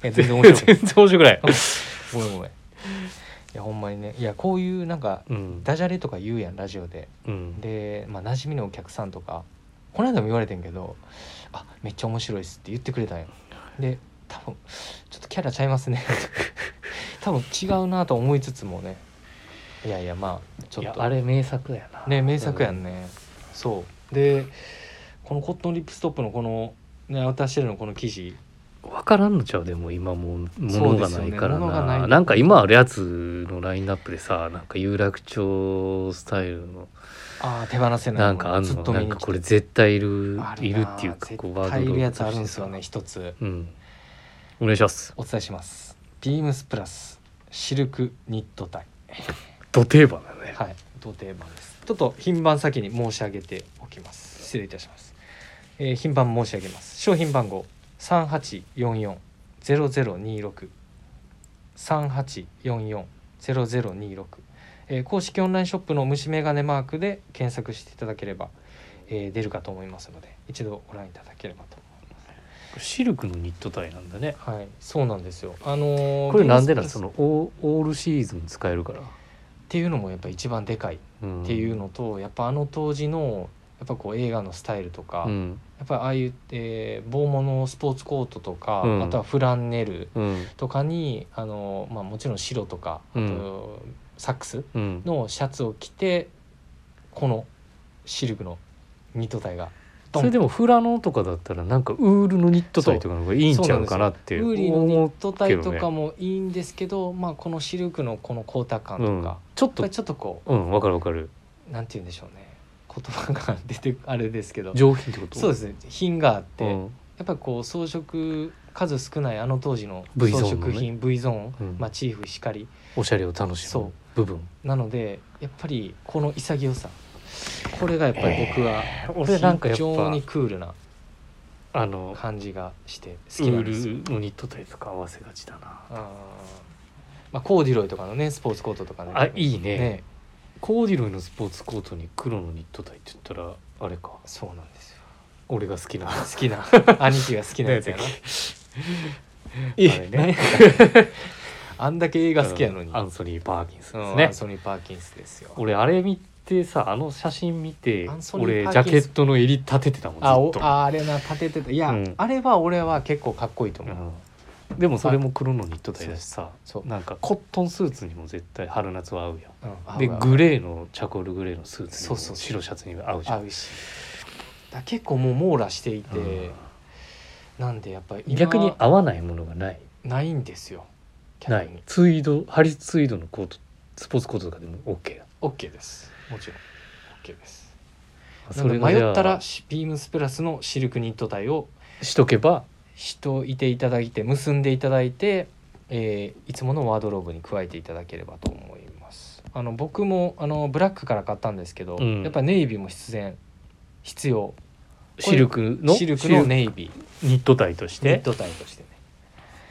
[SPEAKER 1] え全然面
[SPEAKER 2] *laughs*
[SPEAKER 1] 白くない
[SPEAKER 2] 然面白くない
[SPEAKER 1] ごめんごめんいやほんまにねいやこういうなんか
[SPEAKER 2] うん、
[SPEAKER 1] ダジャレとか言うやんラジオで
[SPEAKER 2] うん、
[SPEAKER 1] で、まあ、馴染みのお客さんとかこの間も言われてんけど「あめっちゃ面白いっす」って言ってくれたんよで多分ちょっとキャラちゃいますね多分違うなと思いつつもねいやいやまあちょ
[SPEAKER 2] い
[SPEAKER 1] っ
[SPEAKER 2] や
[SPEAKER 1] と
[SPEAKER 2] あれ名作やな
[SPEAKER 1] ね名作やんね、そうでこのコットンリップストップのこのねアウターシェルのこの生地
[SPEAKER 2] 分からんのちゃうでも今もう
[SPEAKER 1] そう
[SPEAKER 2] 物
[SPEAKER 1] で
[SPEAKER 2] が
[SPEAKER 1] す
[SPEAKER 2] な
[SPEAKER 1] よね
[SPEAKER 2] いから
[SPEAKER 1] 物が
[SPEAKER 2] な,、
[SPEAKER 1] ない
[SPEAKER 2] なんか今あるやつのラインナップでさなんか有楽町スタイルの
[SPEAKER 1] ああ手放せない
[SPEAKER 2] なんかあん
[SPEAKER 1] ずっ
[SPEAKER 2] の
[SPEAKER 1] と
[SPEAKER 2] な
[SPEAKER 1] 見
[SPEAKER 2] ん
[SPEAKER 1] に
[SPEAKER 2] か
[SPEAKER 1] 来て
[SPEAKER 2] これ絶対いる
[SPEAKER 1] あ
[SPEAKER 2] いるっていうかこう
[SPEAKER 1] な
[SPEAKER 2] ワ
[SPEAKER 1] 絶
[SPEAKER 2] ード
[SPEAKER 1] 対い
[SPEAKER 2] ロ
[SPEAKER 1] る
[SPEAKER 2] ー
[SPEAKER 1] や
[SPEAKER 2] ド
[SPEAKER 1] つあるん
[SPEAKER 2] と
[SPEAKER 1] で
[SPEAKER 2] し
[SPEAKER 1] す
[SPEAKER 2] て
[SPEAKER 1] よ
[SPEAKER 2] さ
[SPEAKER 1] ね一つ
[SPEAKER 2] うんお願いします
[SPEAKER 1] お伝えしますビームスプラスシルクニットタイ
[SPEAKER 2] ド定番だね
[SPEAKER 1] はい、同定番です。ちょっと品番先に申し上げておきます。失礼いたします。えー品番申し上げます。商品番号三八四四ゼロゼロ二六三八四四ゼロゼロ二六公式オンラインショップの虫眼鏡マークで検索していただければ、えー出るかと思いますので一度ご覧いただければと。
[SPEAKER 2] シルクのニットタイなんだね
[SPEAKER 1] はい、そうなんですよ。あのー
[SPEAKER 2] これなんでなん
[SPEAKER 1] ビー
[SPEAKER 2] そ
[SPEAKER 1] ムスプラス
[SPEAKER 2] のオーオールシーズン使えるから、
[SPEAKER 1] っていうのもやっぱ一番でかい
[SPEAKER 2] うん
[SPEAKER 1] っていうのと、やっぱあの当時のやっぱこう映画のスタイルとか、
[SPEAKER 2] うん
[SPEAKER 1] やっぱりああいう、えー、棒物スポーツコートとか、
[SPEAKER 2] うん
[SPEAKER 1] あとはフランネル
[SPEAKER 2] うん
[SPEAKER 1] とかにあの、まあ、もちろん白とかあと、サックス
[SPEAKER 2] うん
[SPEAKER 1] のシャツを着てこのシルクのニットタイが
[SPEAKER 2] それで
[SPEAKER 1] も
[SPEAKER 2] もフラノとかだったらなんかウールのニットタイとかの方がいいんちゃうかなっ
[SPEAKER 1] ウ
[SPEAKER 2] て
[SPEAKER 1] ーリーのニ
[SPEAKER 2] 思
[SPEAKER 1] ッ
[SPEAKER 2] う
[SPEAKER 1] トタイとかもいいんですけど、まあ、このシルクのこの光沢感とか、
[SPEAKER 2] うん
[SPEAKER 1] やっ
[SPEAKER 2] ちょっ
[SPEAKER 1] ぱ
[SPEAKER 2] と
[SPEAKER 1] りちょっとこ
[SPEAKER 2] うんわかるわかる
[SPEAKER 1] うなんて言うんでしょうね言葉が出てあれですけど
[SPEAKER 2] 上品ってこと
[SPEAKER 1] そうですね品があって。
[SPEAKER 2] うん
[SPEAKER 1] やっぱりこう装飾数少ないあの当時の
[SPEAKER 2] V ゾー
[SPEAKER 1] 装
[SPEAKER 2] ンのね
[SPEAKER 1] 飾品 V ゾーン
[SPEAKER 2] うん
[SPEAKER 1] まあ、チーフ光
[SPEAKER 2] おしゃれを楽し
[SPEAKER 1] そう
[SPEAKER 2] む部分
[SPEAKER 1] なのでやっぱりこの潔さこれがやっぱり僕は
[SPEAKER 2] 俺なんかや
[SPEAKER 1] 非
[SPEAKER 2] っぱ
[SPEAKER 1] 常にクールな
[SPEAKER 2] あの
[SPEAKER 1] 感じがして
[SPEAKER 2] ウ
[SPEAKER 1] 好きなんですよ。
[SPEAKER 2] ールのニットタイとか合わせがちだな
[SPEAKER 1] あーまあ、コーディロイとかのねスポーツコートとかね
[SPEAKER 2] あいいねコーディロイのスポーツコートに黒のニットタイって言ったらあれか
[SPEAKER 1] そうなんですよ
[SPEAKER 2] 俺 *laughs* が好きな
[SPEAKER 1] 好きな兄貴が好きなやつや
[SPEAKER 2] *laughs*
[SPEAKER 1] な
[SPEAKER 2] え
[SPEAKER 1] あれね *laughs* あんだけ映画好きやのに、
[SPEAKER 2] うんアンソニー・パーキンス
[SPEAKER 1] うん
[SPEAKER 2] です
[SPEAKER 1] ア
[SPEAKER 2] ね
[SPEAKER 1] ンソニー・パーキンスですよ
[SPEAKER 2] 俺あれ見てさあの写真見て
[SPEAKER 1] アンソニー
[SPEAKER 2] 俺
[SPEAKER 1] パ
[SPEAKER 2] ジ
[SPEAKER 1] ー
[SPEAKER 2] ャ
[SPEAKER 1] キ
[SPEAKER 2] ケ
[SPEAKER 1] ンス
[SPEAKER 2] ットの襟立ててたもんず
[SPEAKER 1] あお
[SPEAKER 2] っと
[SPEAKER 1] ああれな立ててたいや、
[SPEAKER 2] うん
[SPEAKER 1] あれは俺は結構かっこいいと思う、
[SPEAKER 2] うんでもそれも黒のニットタイだしさ
[SPEAKER 1] そう
[SPEAKER 2] なんかコットンスーツにも絶対春夏は合うや
[SPEAKER 1] う
[SPEAKER 2] ん
[SPEAKER 1] ん
[SPEAKER 2] で
[SPEAKER 1] 合う合う
[SPEAKER 2] グレーのチャコールグレーのスーツに
[SPEAKER 1] そうそ
[SPEAKER 2] も
[SPEAKER 1] うそう
[SPEAKER 2] 白シャツにも合うじゃ
[SPEAKER 1] 合
[SPEAKER 2] ん
[SPEAKER 1] うしだ結構もう網羅していて、
[SPEAKER 2] うん
[SPEAKER 1] なんでやっぱり今
[SPEAKER 2] 逆に合わないものがない
[SPEAKER 1] ないんですよキャ
[SPEAKER 2] な
[SPEAKER 1] ノン
[SPEAKER 2] い
[SPEAKER 1] に
[SPEAKER 2] ツイードハリツイードのコートスポーツコートとかでも OK だ
[SPEAKER 1] OK ですもちろん OK ですな
[SPEAKER 2] そ
[SPEAKER 1] ので
[SPEAKER 2] れがじゃ
[SPEAKER 1] 迷
[SPEAKER 2] あ
[SPEAKER 1] ったらシビームスプラスのシルクニット体を
[SPEAKER 2] しとけば
[SPEAKER 1] しといていただいて結んでいただいて、えーいつものワードローブに加えていただければと思いますあの僕もあのブラックから買ったんですけど、
[SPEAKER 2] うん
[SPEAKER 1] やっぱネイビーも必然必要
[SPEAKER 2] シルクの
[SPEAKER 1] シルクのネイビー
[SPEAKER 2] ニット体とし
[SPEAKER 1] ネッ
[SPEAKER 2] て
[SPEAKER 1] ト体としてね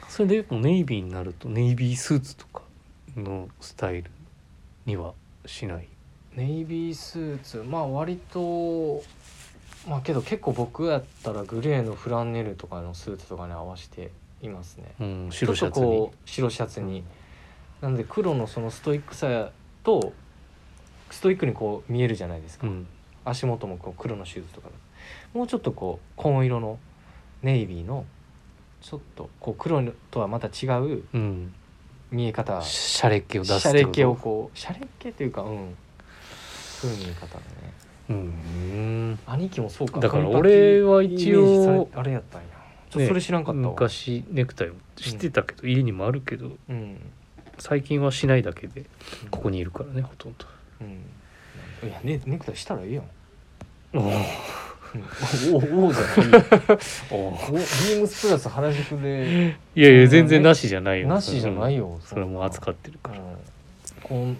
[SPEAKER 2] それでもうネイビーになるとネイビースーツとかのスタイルにはしない
[SPEAKER 1] ネイビースーツまあ割とまあけど結構僕やったらグレーのフランネルとかのスーツとかに合わせていますね
[SPEAKER 2] うん白シャ
[SPEAKER 1] ち
[SPEAKER 2] ツ
[SPEAKER 1] ょっと
[SPEAKER 2] に
[SPEAKER 1] こう白シャツに、なので黒のそのストイックさとストイックにこう見えるじゃないです
[SPEAKER 2] う
[SPEAKER 1] か、
[SPEAKER 2] ん
[SPEAKER 1] 足元もこう黒のシューズとかだともうちょっとこう紺色のネイビーのちょっとこう黒とはまた違う
[SPEAKER 2] うん
[SPEAKER 1] 見え方
[SPEAKER 2] シャレっ気を出す
[SPEAKER 1] シャレ系をこうシャレ系というかうんそういう見え方だね
[SPEAKER 2] うん
[SPEAKER 1] 兄貴もそうか
[SPEAKER 2] だから
[SPEAKER 1] 髪パキ
[SPEAKER 2] 俺は一
[SPEAKER 1] イメ
[SPEAKER 2] 応
[SPEAKER 1] ージされあれやったんやちょっと
[SPEAKER 2] ね
[SPEAKER 1] それ知らんかったわ、
[SPEAKER 2] 昔ネクタイをしてたけど、家にもあるけど
[SPEAKER 1] うん
[SPEAKER 2] 最近はしないだけでここにいるからねほとんど
[SPEAKER 1] うんいやねネクタイしたらいいやん
[SPEAKER 2] お
[SPEAKER 1] おおおじゃない
[SPEAKER 2] お
[SPEAKER 1] おビームスプラス原宿で
[SPEAKER 2] いやいや全然なしじゃないよ
[SPEAKER 1] なしじゃないよ
[SPEAKER 2] それも扱ってる
[SPEAKER 1] う
[SPEAKER 2] から、
[SPEAKER 1] んこ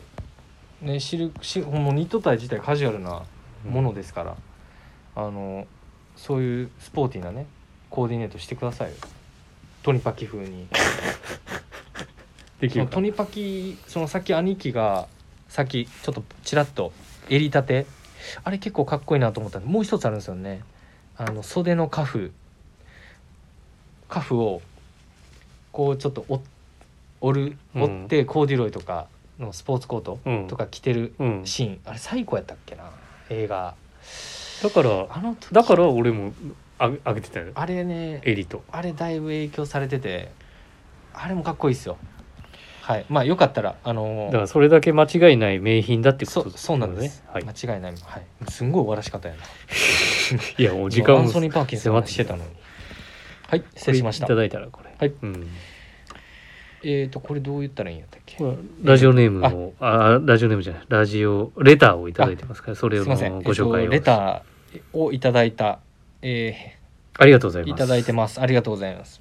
[SPEAKER 1] うねシルクシもうニット体自体カジュアルなものですから、あのそういうスポーティーなねコーディネートしてくださいよトニパキ風に
[SPEAKER 2] でき
[SPEAKER 1] そ
[SPEAKER 2] る
[SPEAKER 1] のトニパキそのさっき兄貴がさっきちょっとちらっと襟立てあれ結構かっこいいなと思ったんでもう一つあるんですよねあの袖のカフカフをこうちょっと折折る
[SPEAKER 2] うん
[SPEAKER 1] 折ってコーデュロイとかのスポーツコート
[SPEAKER 2] うん
[SPEAKER 1] とか着てる
[SPEAKER 2] うん、
[SPEAKER 1] シーンあれ最高やったっけな映画
[SPEAKER 2] だから
[SPEAKER 1] あの時
[SPEAKER 2] だから俺もあげあげてたよ
[SPEAKER 1] あれね
[SPEAKER 2] エリと
[SPEAKER 1] あれだいぶ影響されててあれもかっこいいですよはいまあよかったらあの
[SPEAKER 2] だ
[SPEAKER 1] ー
[SPEAKER 2] からそれだけ間違いない名品だってこ
[SPEAKER 1] そ
[SPEAKER 2] と
[SPEAKER 1] うそうなんです、
[SPEAKER 2] はい、
[SPEAKER 1] 間違いない、はい、すんごい終わらし方やない
[SPEAKER 2] やもう時間
[SPEAKER 1] ア
[SPEAKER 2] も
[SPEAKER 1] ンソニー・パーキンスの話してたのにはい失礼しました
[SPEAKER 2] これいただいたらこれ
[SPEAKER 1] はい
[SPEAKER 2] うん、
[SPEAKER 1] えっ、ー、とこれどう言ったらいいんやったっけ
[SPEAKER 2] これラジオネームをあラジオネームじゃないラジオレターをいただいてますからそれ
[SPEAKER 1] す
[SPEAKER 2] を
[SPEAKER 1] い
[SPEAKER 2] ご
[SPEAKER 1] ません
[SPEAKER 2] 紹
[SPEAKER 1] えーと
[SPEAKER 2] 介を、
[SPEAKER 1] レターをいただいた、え
[SPEAKER 2] ありがとうござい
[SPEAKER 1] ー
[SPEAKER 2] ま
[SPEAKER 1] い
[SPEAKER 2] す
[SPEAKER 1] ただいてますありがとうございます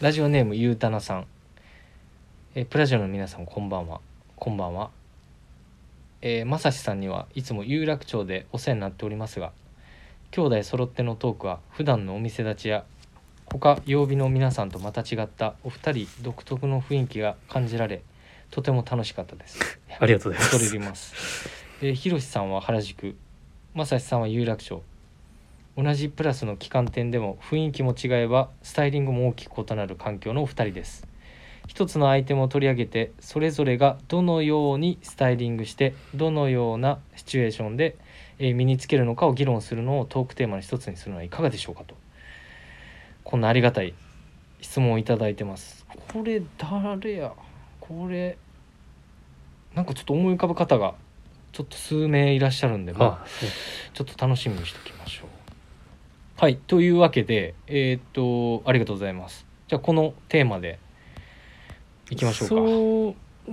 [SPEAKER 1] ラジオネームゆうたなさん、えープラジオの皆さんこんばんはこんばんはえーまさしさんにはいつも有楽町でお世話になっておりますが兄弟揃ってのトークは普段のお店立ちや他曜日の皆さんとまた違ったお二人独特の雰囲気が感じられとても楽しかったです。
[SPEAKER 2] ありがとうございます
[SPEAKER 1] 恐れ入ります。えー、ひろしさんは原宿、まさしさんは有楽町。同じプラスの旗艦店でも雰囲気も違えばスタイリングも大きく異なる環境のお二人です。一つのアイテムを取り上げてそれぞれがどのようにスタイリングしてどのようなシチュエーションでえー身につけるのかを議論するのをトークテーマの一つにするのはいかがでしょうかとこんなありがたい質問をいただいてますこれ誰やこれなんかちょっと思い浮かぶ方がちょっと数名いらっしゃるんで、まあ、
[SPEAKER 2] あそう
[SPEAKER 1] ちょっと楽しみにしておきましょう。はい、というわけで、えーっと、ありがとうございます。じゃあ、このテーマでいきましょうか。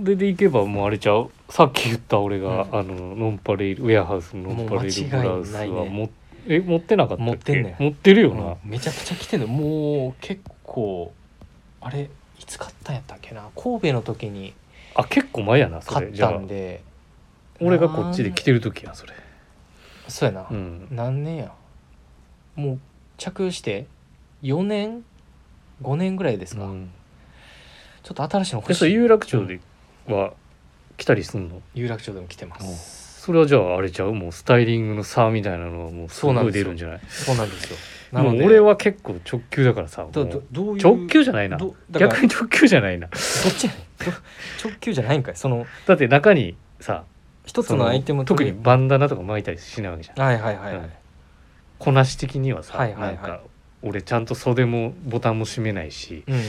[SPEAKER 2] それでいけばもうあれちゃうさっき言った俺が、
[SPEAKER 1] うん
[SPEAKER 2] あのノンパレールウェアハウスのノンパレールブラウスは
[SPEAKER 1] もう間違いないね
[SPEAKER 2] もえ持ってなかったっけ
[SPEAKER 1] 持ってんねん
[SPEAKER 2] 持ってるよ
[SPEAKER 1] うん
[SPEAKER 2] な、
[SPEAKER 1] めちゃくちゃ来てんの、もう結構、あれ、いつ買ったんやったっけな、神戸の時に
[SPEAKER 2] あ結構前やなそ
[SPEAKER 1] 買
[SPEAKER 2] れ
[SPEAKER 1] っ
[SPEAKER 2] じゃ
[SPEAKER 1] た
[SPEAKER 2] あ
[SPEAKER 1] んで、
[SPEAKER 2] 俺がこっちで来てる時やそれ
[SPEAKER 1] そうやな、
[SPEAKER 2] うん
[SPEAKER 1] 何年や、もう着用して4年、5年ぐらいですか、
[SPEAKER 2] うん
[SPEAKER 1] ちょっと新しいの欲
[SPEAKER 2] え
[SPEAKER 1] し
[SPEAKER 2] それ
[SPEAKER 1] い。
[SPEAKER 2] 有楽町では来たりすんの
[SPEAKER 1] 有楽町でも来てま
[SPEAKER 2] おう
[SPEAKER 1] す。
[SPEAKER 2] それはじゃああれちゃうもうスタイリングの差みたいなのはもうす
[SPEAKER 1] そうなん
[SPEAKER 2] ごい
[SPEAKER 1] です
[SPEAKER 2] 出
[SPEAKER 1] よ
[SPEAKER 2] るんじゃない
[SPEAKER 1] そうなんですよ。な
[SPEAKER 2] も
[SPEAKER 1] の
[SPEAKER 2] う
[SPEAKER 1] で、
[SPEAKER 2] 俺は結構直球だからさも
[SPEAKER 1] どど
[SPEAKER 2] う
[SPEAKER 1] どういう
[SPEAKER 2] 直球じゃないな
[SPEAKER 1] どだから
[SPEAKER 2] 逆に直球じゃないな
[SPEAKER 1] どっちやねんど直球じゃないんかいその
[SPEAKER 2] だって中にさ
[SPEAKER 1] 一つのアイテム
[SPEAKER 2] 特
[SPEAKER 1] 取
[SPEAKER 2] に
[SPEAKER 1] り
[SPEAKER 2] バンダナとか巻いたりしないわけじゃん
[SPEAKER 1] はいはいはい、は
[SPEAKER 2] うん
[SPEAKER 1] い、
[SPEAKER 2] こなし的にはさ、
[SPEAKER 1] はいはいはい
[SPEAKER 2] なんか俺ちゃんと袖もボタンも閉めないし
[SPEAKER 1] うん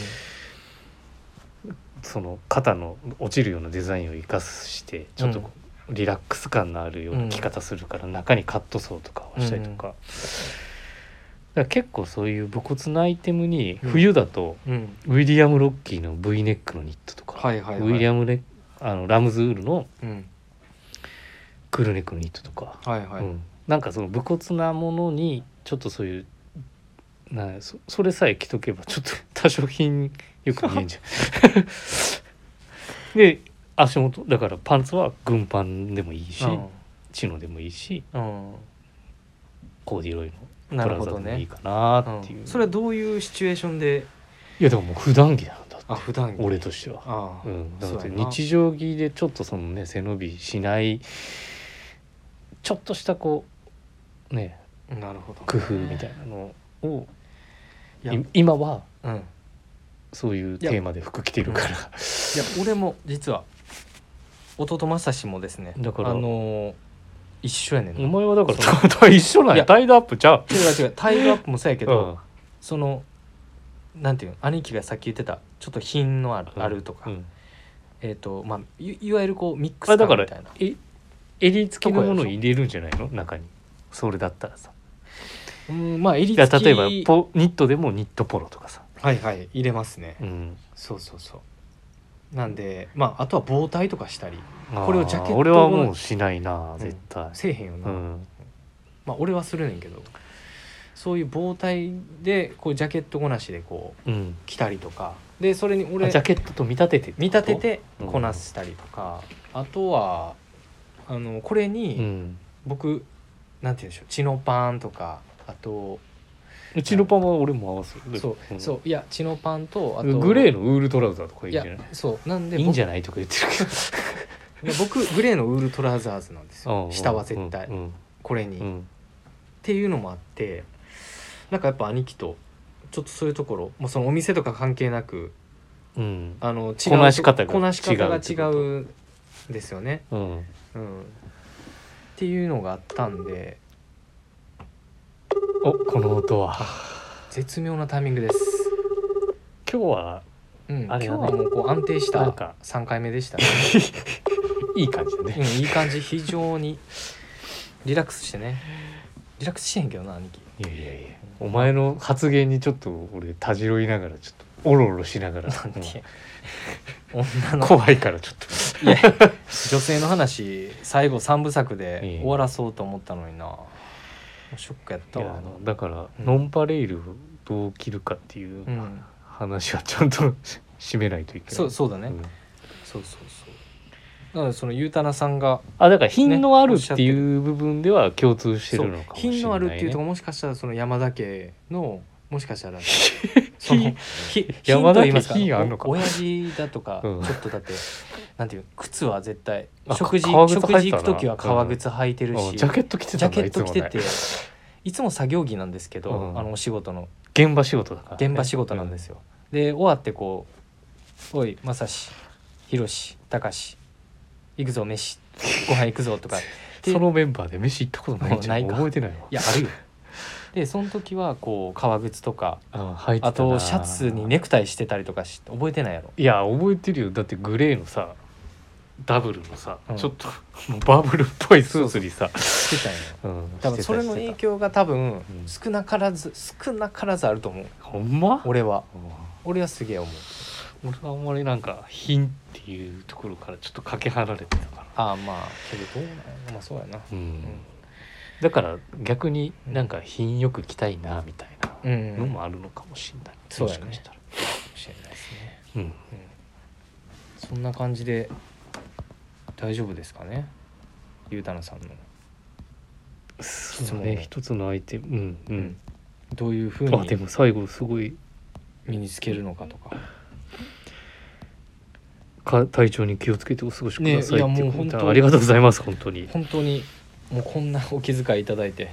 [SPEAKER 2] その肩の落ちるようなデザインを生かしてちょっとこうリラックス感のあるような着方するから、中にカットソーとかをしたりとか、から結構そういう武骨なアイテムに冬だと
[SPEAKER 1] うん
[SPEAKER 2] ウィリアム・ロッキーの V ネックのニットとか、
[SPEAKER 1] はいはいはい
[SPEAKER 2] ウィリアムレあのラムズウールの
[SPEAKER 1] うん
[SPEAKER 2] クルーネックのニットとか、
[SPEAKER 1] はいはい、
[SPEAKER 2] うん、なんかその武骨なものにちょっとそういうなそそれさえ着とけばちょっと多少品よく見えんじ
[SPEAKER 1] *laughs*
[SPEAKER 2] ゃん。で足元だからパンツは軍パンでもいいし、チノでもいいし
[SPEAKER 1] うん、
[SPEAKER 2] コーディロイの
[SPEAKER 1] うん、
[SPEAKER 2] プ
[SPEAKER 1] なる
[SPEAKER 2] ラ
[SPEAKER 1] ほ
[SPEAKER 2] ザ
[SPEAKER 1] ど
[SPEAKER 2] でもいい
[SPEAKER 1] ね、
[SPEAKER 2] かな
[SPEAKER 1] うん
[SPEAKER 2] っていう、
[SPEAKER 1] それはどういうシチュエーションで
[SPEAKER 2] いやでももう普段着なんだって
[SPEAKER 1] あ普段着
[SPEAKER 2] 俺としては。
[SPEAKER 1] ああ、
[SPEAKER 2] うん、だっ
[SPEAKER 1] そ
[SPEAKER 2] て
[SPEAKER 1] うやな
[SPEAKER 2] 日常着でちょっとそのね背伸びしないちょっとしたこうね
[SPEAKER 1] なるほど
[SPEAKER 2] 工夫みたいなのを、
[SPEAKER 1] いや,、う
[SPEAKER 2] い
[SPEAKER 1] ん、
[SPEAKER 2] 今はい
[SPEAKER 1] や
[SPEAKER 2] そういうテーマで服着てるから
[SPEAKER 1] 俺も実は弟正志もですね
[SPEAKER 2] だから
[SPEAKER 1] あのー一緒やねんな
[SPEAKER 2] お前はだ *laughs* から一緒
[SPEAKER 1] い
[SPEAKER 2] なんや
[SPEAKER 1] や
[SPEAKER 2] タイドアップちゃう
[SPEAKER 1] 違う違うタイムアップもそうやけど、
[SPEAKER 2] うん
[SPEAKER 1] そのなんていうの兄貴がさっき言ってたちょっと品のある,、あるとか、
[SPEAKER 2] うん
[SPEAKER 1] えっ、とまあいいわゆるこうミック
[SPEAKER 2] あれ
[SPEAKER 1] ス
[SPEAKER 2] だ
[SPEAKER 1] 感
[SPEAKER 2] から
[SPEAKER 1] みたいな
[SPEAKER 2] え襟付きのものを入れるんじゃないの中にそれだったらさ
[SPEAKER 1] うんまあ襟
[SPEAKER 2] いや
[SPEAKER 1] 付き
[SPEAKER 2] 例えばポニットでもニットポロとかさ、
[SPEAKER 1] はいはい入れますね、
[SPEAKER 2] うん、
[SPEAKER 1] そうそうそうなんでまああとは防体とかしたり
[SPEAKER 2] こ
[SPEAKER 1] これをジャケットを
[SPEAKER 2] 俺はもうしないな絶対、
[SPEAKER 1] せえへんよ
[SPEAKER 2] う
[SPEAKER 1] な、
[SPEAKER 2] ん
[SPEAKER 1] まあ俺はするねんけどそういう防体でこうジャケットこなしでこう
[SPEAKER 2] うん、
[SPEAKER 1] 着たりとかでそれに俺
[SPEAKER 2] あジャケットと見立てて
[SPEAKER 1] 見立てて
[SPEAKER 2] うん
[SPEAKER 1] こなしたりとか、あとはあのこれ
[SPEAKER 2] う
[SPEAKER 1] に
[SPEAKER 2] ん
[SPEAKER 1] 僕、なんて言うんでしょうチノパンとかあと
[SPEAKER 2] うちのパンは俺も合わせる
[SPEAKER 1] そう、
[SPEAKER 2] ん
[SPEAKER 1] そういやチノパンとあと
[SPEAKER 2] グレー
[SPEAKER 1] の
[SPEAKER 2] のウールトラウザーとかいい
[SPEAKER 1] い
[SPEAKER 2] んじゃ
[SPEAKER 1] や
[SPEAKER 2] ない
[SPEAKER 1] そうなんで
[SPEAKER 2] いいんじ
[SPEAKER 1] ゃ
[SPEAKER 2] ゃないとか言ってるけ
[SPEAKER 1] 僕グレーのウールトラザーズなんですよ *laughs*
[SPEAKER 2] ど
[SPEAKER 1] 下は絶対、
[SPEAKER 2] うん
[SPEAKER 1] これに、っ
[SPEAKER 2] うん
[SPEAKER 1] ていうのもあってなんかやっぱ兄貴とちょっとそういうところもうそのお店とか関係なく
[SPEAKER 2] うん
[SPEAKER 1] あの違う
[SPEAKER 2] こなし方が
[SPEAKER 1] こなし方が
[SPEAKER 2] 違うってこ
[SPEAKER 1] 違
[SPEAKER 2] と
[SPEAKER 1] うんですよね、
[SPEAKER 2] うん
[SPEAKER 1] うん、っていうのがあったんで
[SPEAKER 2] おこの音は
[SPEAKER 1] 絶妙なタイミングです、
[SPEAKER 2] 今日は
[SPEAKER 1] うん、
[SPEAKER 2] あ
[SPEAKER 1] 今
[SPEAKER 2] れ
[SPEAKER 1] 日
[SPEAKER 2] だ
[SPEAKER 1] は
[SPEAKER 2] ね
[SPEAKER 1] もうこう安定し
[SPEAKER 2] なん
[SPEAKER 1] た
[SPEAKER 2] か
[SPEAKER 1] 3回目で
[SPEAKER 2] *laughs*
[SPEAKER 1] したね、
[SPEAKER 2] いい感じだね
[SPEAKER 1] うん、いい感じ非常にリラックスしてねリラックスしてへんけどな兄貴
[SPEAKER 2] いやいやいやお前の発言にちょっと俺たじろいながらちょっとおろおろしながら
[SPEAKER 1] なんて
[SPEAKER 2] う
[SPEAKER 1] 女
[SPEAKER 2] ん
[SPEAKER 1] の
[SPEAKER 2] 怖いからちょっと
[SPEAKER 1] いや女性の話最後3部作で
[SPEAKER 2] ええ
[SPEAKER 1] 終わらそうと思ったのになもうショックやった
[SPEAKER 2] いや
[SPEAKER 1] わ
[SPEAKER 2] あのだから
[SPEAKER 1] うん
[SPEAKER 2] ノンパレールをどう着るかっていう
[SPEAKER 1] うん
[SPEAKER 2] 話はちゃんと *laughs* 締めないといけない
[SPEAKER 1] そうそうだね、
[SPEAKER 2] うん
[SPEAKER 1] そうそうそうなのでそのゆうたなさんが
[SPEAKER 2] あだから品のある
[SPEAKER 1] ね
[SPEAKER 2] っていう部分では共通して
[SPEAKER 1] そ
[SPEAKER 2] る
[SPEAKER 1] う
[SPEAKER 2] のかもしれない、ね、
[SPEAKER 1] 品のあるっていうとこもしかしたらその山田家のもしか
[SPEAKER 2] *laughs*
[SPEAKER 1] したらそのひ
[SPEAKER 2] 山田
[SPEAKER 1] 品と言い
[SPEAKER 2] 家
[SPEAKER 1] ます
[SPEAKER 2] 品あんのか
[SPEAKER 1] お親父だとか、
[SPEAKER 2] うん
[SPEAKER 1] ちょっとだってなんていう靴は絶対
[SPEAKER 2] あ
[SPEAKER 1] 食事
[SPEAKER 2] 革靴
[SPEAKER 1] 食
[SPEAKER 2] 履
[SPEAKER 1] 事
[SPEAKER 2] いて
[SPEAKER 1] 行
[SPEAKER 2] たな
[SPEAKER 1] く時は革靴履いてるし、
[SPEAKER 2] うん
[SPEAKER 1] ジ
[SPEAKER 2] ジャ
[SPEAKER 1] ャ
[SPEAKER 2] ケット着てたんだ
[SPEAKER 1] ケット着て
[SPEAKER 2] いつ
[SPEAKER 1] て
[SPEAKER 2] もね
[SPEAKER 1] いつも作業着なんですけど、
[SPEAKER 2] うん
[SPEAKER 1] あのお仕事の
[SPEAKER 2] 現場仕事だからね、
[SPEAKER 1] 現場仕事なんですよ、で終わってこう「おいまさしひろしたかし行くぞ飯ご飯行くぞ」とか
[SPEAKER 2] うんそのメンバーで飯行ったことないんじゃん
[SPEAKER 1] もうないか
[SPEAKER 2] 覚えてないわ
[SPEAKER 1] いやあるよでその時はこう革靴とか
[SPEAKER 2] あ履いてたな
[SPEAKER 1] あとシャツにネクタイしてたりとかして覚えてないやろ
[SPEAKER 2] いや覚えてるよだってグレーのさダブルのさ、
[SPEAKER 1] うん
[SPEAKER 2] ちょっともうバブルっぽいスーツにさ
[SPEAKER 1] してたんや
[SPEAKER 2] うん
[SPEAKER 1] 多分それの
[SPEAKER 2] して
[SPEAKER 1] 影
[SPEAKER 2] たして
[SPEAKER 1] 響が多分
[SPEAKER 2] うん
[SPEAKER 1] 少なからず少なからずあると思う
[SPEAKER 2] たほんま
[SPEAKER 1] 俺は
[SPEAKER 2] う
[SPEAKER 1] 俺はすげえ思うん
[SPEAKER 2] 俺はあんまりなんか品っていうところからちょっとかけ離れてたから
[SPEAKER 1] ああまあけどどうなんやろまあそうやな
[SPEAKER 2] うんだから逆になんか品よく着たいなみたいな
[SPEAKER 1] うん、うん、
[SPEAKER 2] のもあるのかもしれない、
[SPEAKER 1] そう
[SPEAKER 2] も
[SPEAKER 1] だ
[SPEAKER 2] し
[SPEAKER 1] ね
[SPEAKER 2] かしたら、
[SPEAKER 1] かもしれないですね
[SPEAKER 2] うん、
[SPEAKER 1] そんな感じで大丈夫ですかねゆうたなさんの、
[SPEAKER 2] そうね一つのアイテムうんう、
[SPEAKER 1] うんどういうふう
[SPEAKER 2] あで
[SPEAKER 1] に
[SPEAKER 2] も最後すごい
[SPEAKER 1] 身につけるのかとか
[SPEAKER 2] か体調に気をつけてお過ごしくださ
[SPEAKER 1] ねい
[SPEAKER 2] い
[SPEAKER 1] や
[SPEAKER 2] ってい
[SPEAKER 1] もう
[SPEAKER 2] うコメント
[SPEAKER 1] 本当
[SPEAKER 2] ありがとうございます本当に
[SPEAKER 1] 本当にもうこんなお気遣いいただいて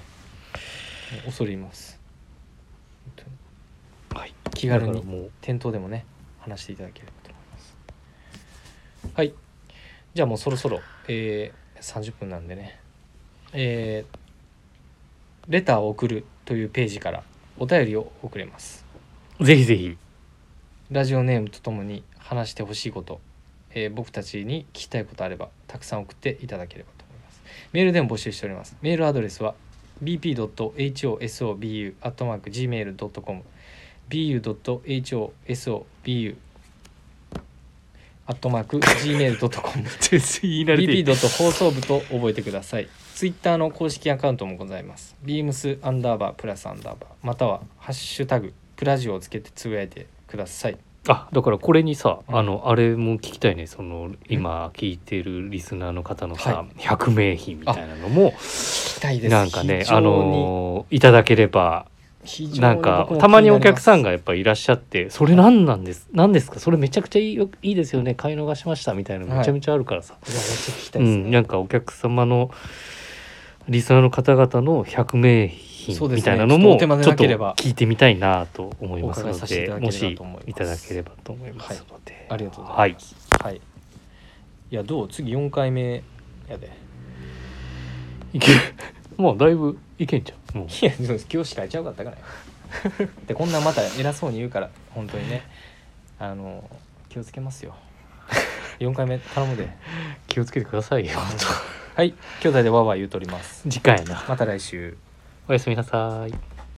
[SPEAKER 1] 恐れ入ります本当に
[SPEAKER 2] はい
[SPEAKER 1] 気軽
[SPEAKER 2] だから
[SPEAKER 1] に
[SPEAKER 2] もう
[SPEAKER 1] 店頭でもね話していただければと思いますはいじゃあもうそろそろ、えー30分なんでねえーレターを送る」というページからお便りを送れます
[SPEAKER 2] ぜひぜひ
[SPEAKER 1] ラジオネームとともに話してほしいこと、えー僕たちに聞きたいことあればたくさん送っていただければと思いますメールでも募集しておりますメールアドレスは bp.hosobu.gmail.com bu.hosobu.gmail.com
[SPEAKER 2] 全然言い慣れて
[SPEAKER 1] bp. 放送部と覚えてください。ツイッターの公式アカウントもございます。beams アンダーバープラスアンダーバーまたはハッシュタグプラジオをつけてつぶやいてください。
[SPEAKER 2] あだからこれにさ、
[SPEAKER 1] うん
[SPEAKER 2] あのあれも聞きたいねその今聞いてるリスナーの方のさ、
[SPEAKER 1] は
[SPEAKER 2] 百名品みたいなのも
[SPEAKER 1] 期待です。
[SPEAKER 2] なんかね
[SPEAKER 1] 非常
[SPEAKER 2] あ
[SPEAKER 1] に
[SPEAKER 2] のいただければ
[SPEAKER 1] 非常に
[SPEAKER 2] なんか
[SPEAKER 1] 僕も
[SPEAKER 2] たまにお客さん
[SPEAKER 1] 気
[SPEAKER 2] がやっぱいらっしゃって「それ何なんです何ですかそれめちゃくちゃいいよいいですよね買い逃しました」みたいなのめちゃめちゃあるからさ、
[SPEAKER 1] になりますいやめっちゃ聞きた
[SPEAKER 2] う
[SPEAKER 1] いですね。
[SPEAKER 2] ん、なんかお客様のリスナーの方々の百名
[SPEAKER 1] そうで
[SPEAKER 2] 品
[SPEAKER 1] すね
[SPEAKER 2] みたいなの
[SPEAKER 1] ちょっとお
[SPEAKER 2] も
[SPEAKER 1] 手間で
[SPEAKER 2] ちょっと
[SPEAKER 1] なければ
[SPEAKER 2] 聞いてみたいなと思いますの
[SPEAKER 1] お伺いさせてい
[SPEAKER 2] で
[SPEAKER 1] ただけ
[SPEAKER 2] も
[SPEAKER 1] ればと
[SPEAKER 2] し
[SPEAKER 1] 思います
[SPEAKER 2] いただければと思いますので、
[SPEAKER 1] ありがとうござ
[SPEAKER 2] はいい
[SPEAKER 1] ま、す。はい。いやどう次四回目やで。 *laughs*
[SPEAKER 2] いけるもうだいぶいけんじゃんもう
[SPEAKER 1] いやそうです今日しか会えちゃうかったからよ *laughs* でこんなまた偉そうに言うから本当にねあの気をつけます
[SPEAKER 2] *laughs*
[SPEAKER 1] よ4回目頼むで
[SPEAKER 2] 気をつけてくださいよと
[SPEAKER 1] はい兄弟でわーわー言うとります
[SPEAKER 2] *laughs* 次回な
[SPEAKER 1] また来週
[SPEAKER 2] おやすみなさい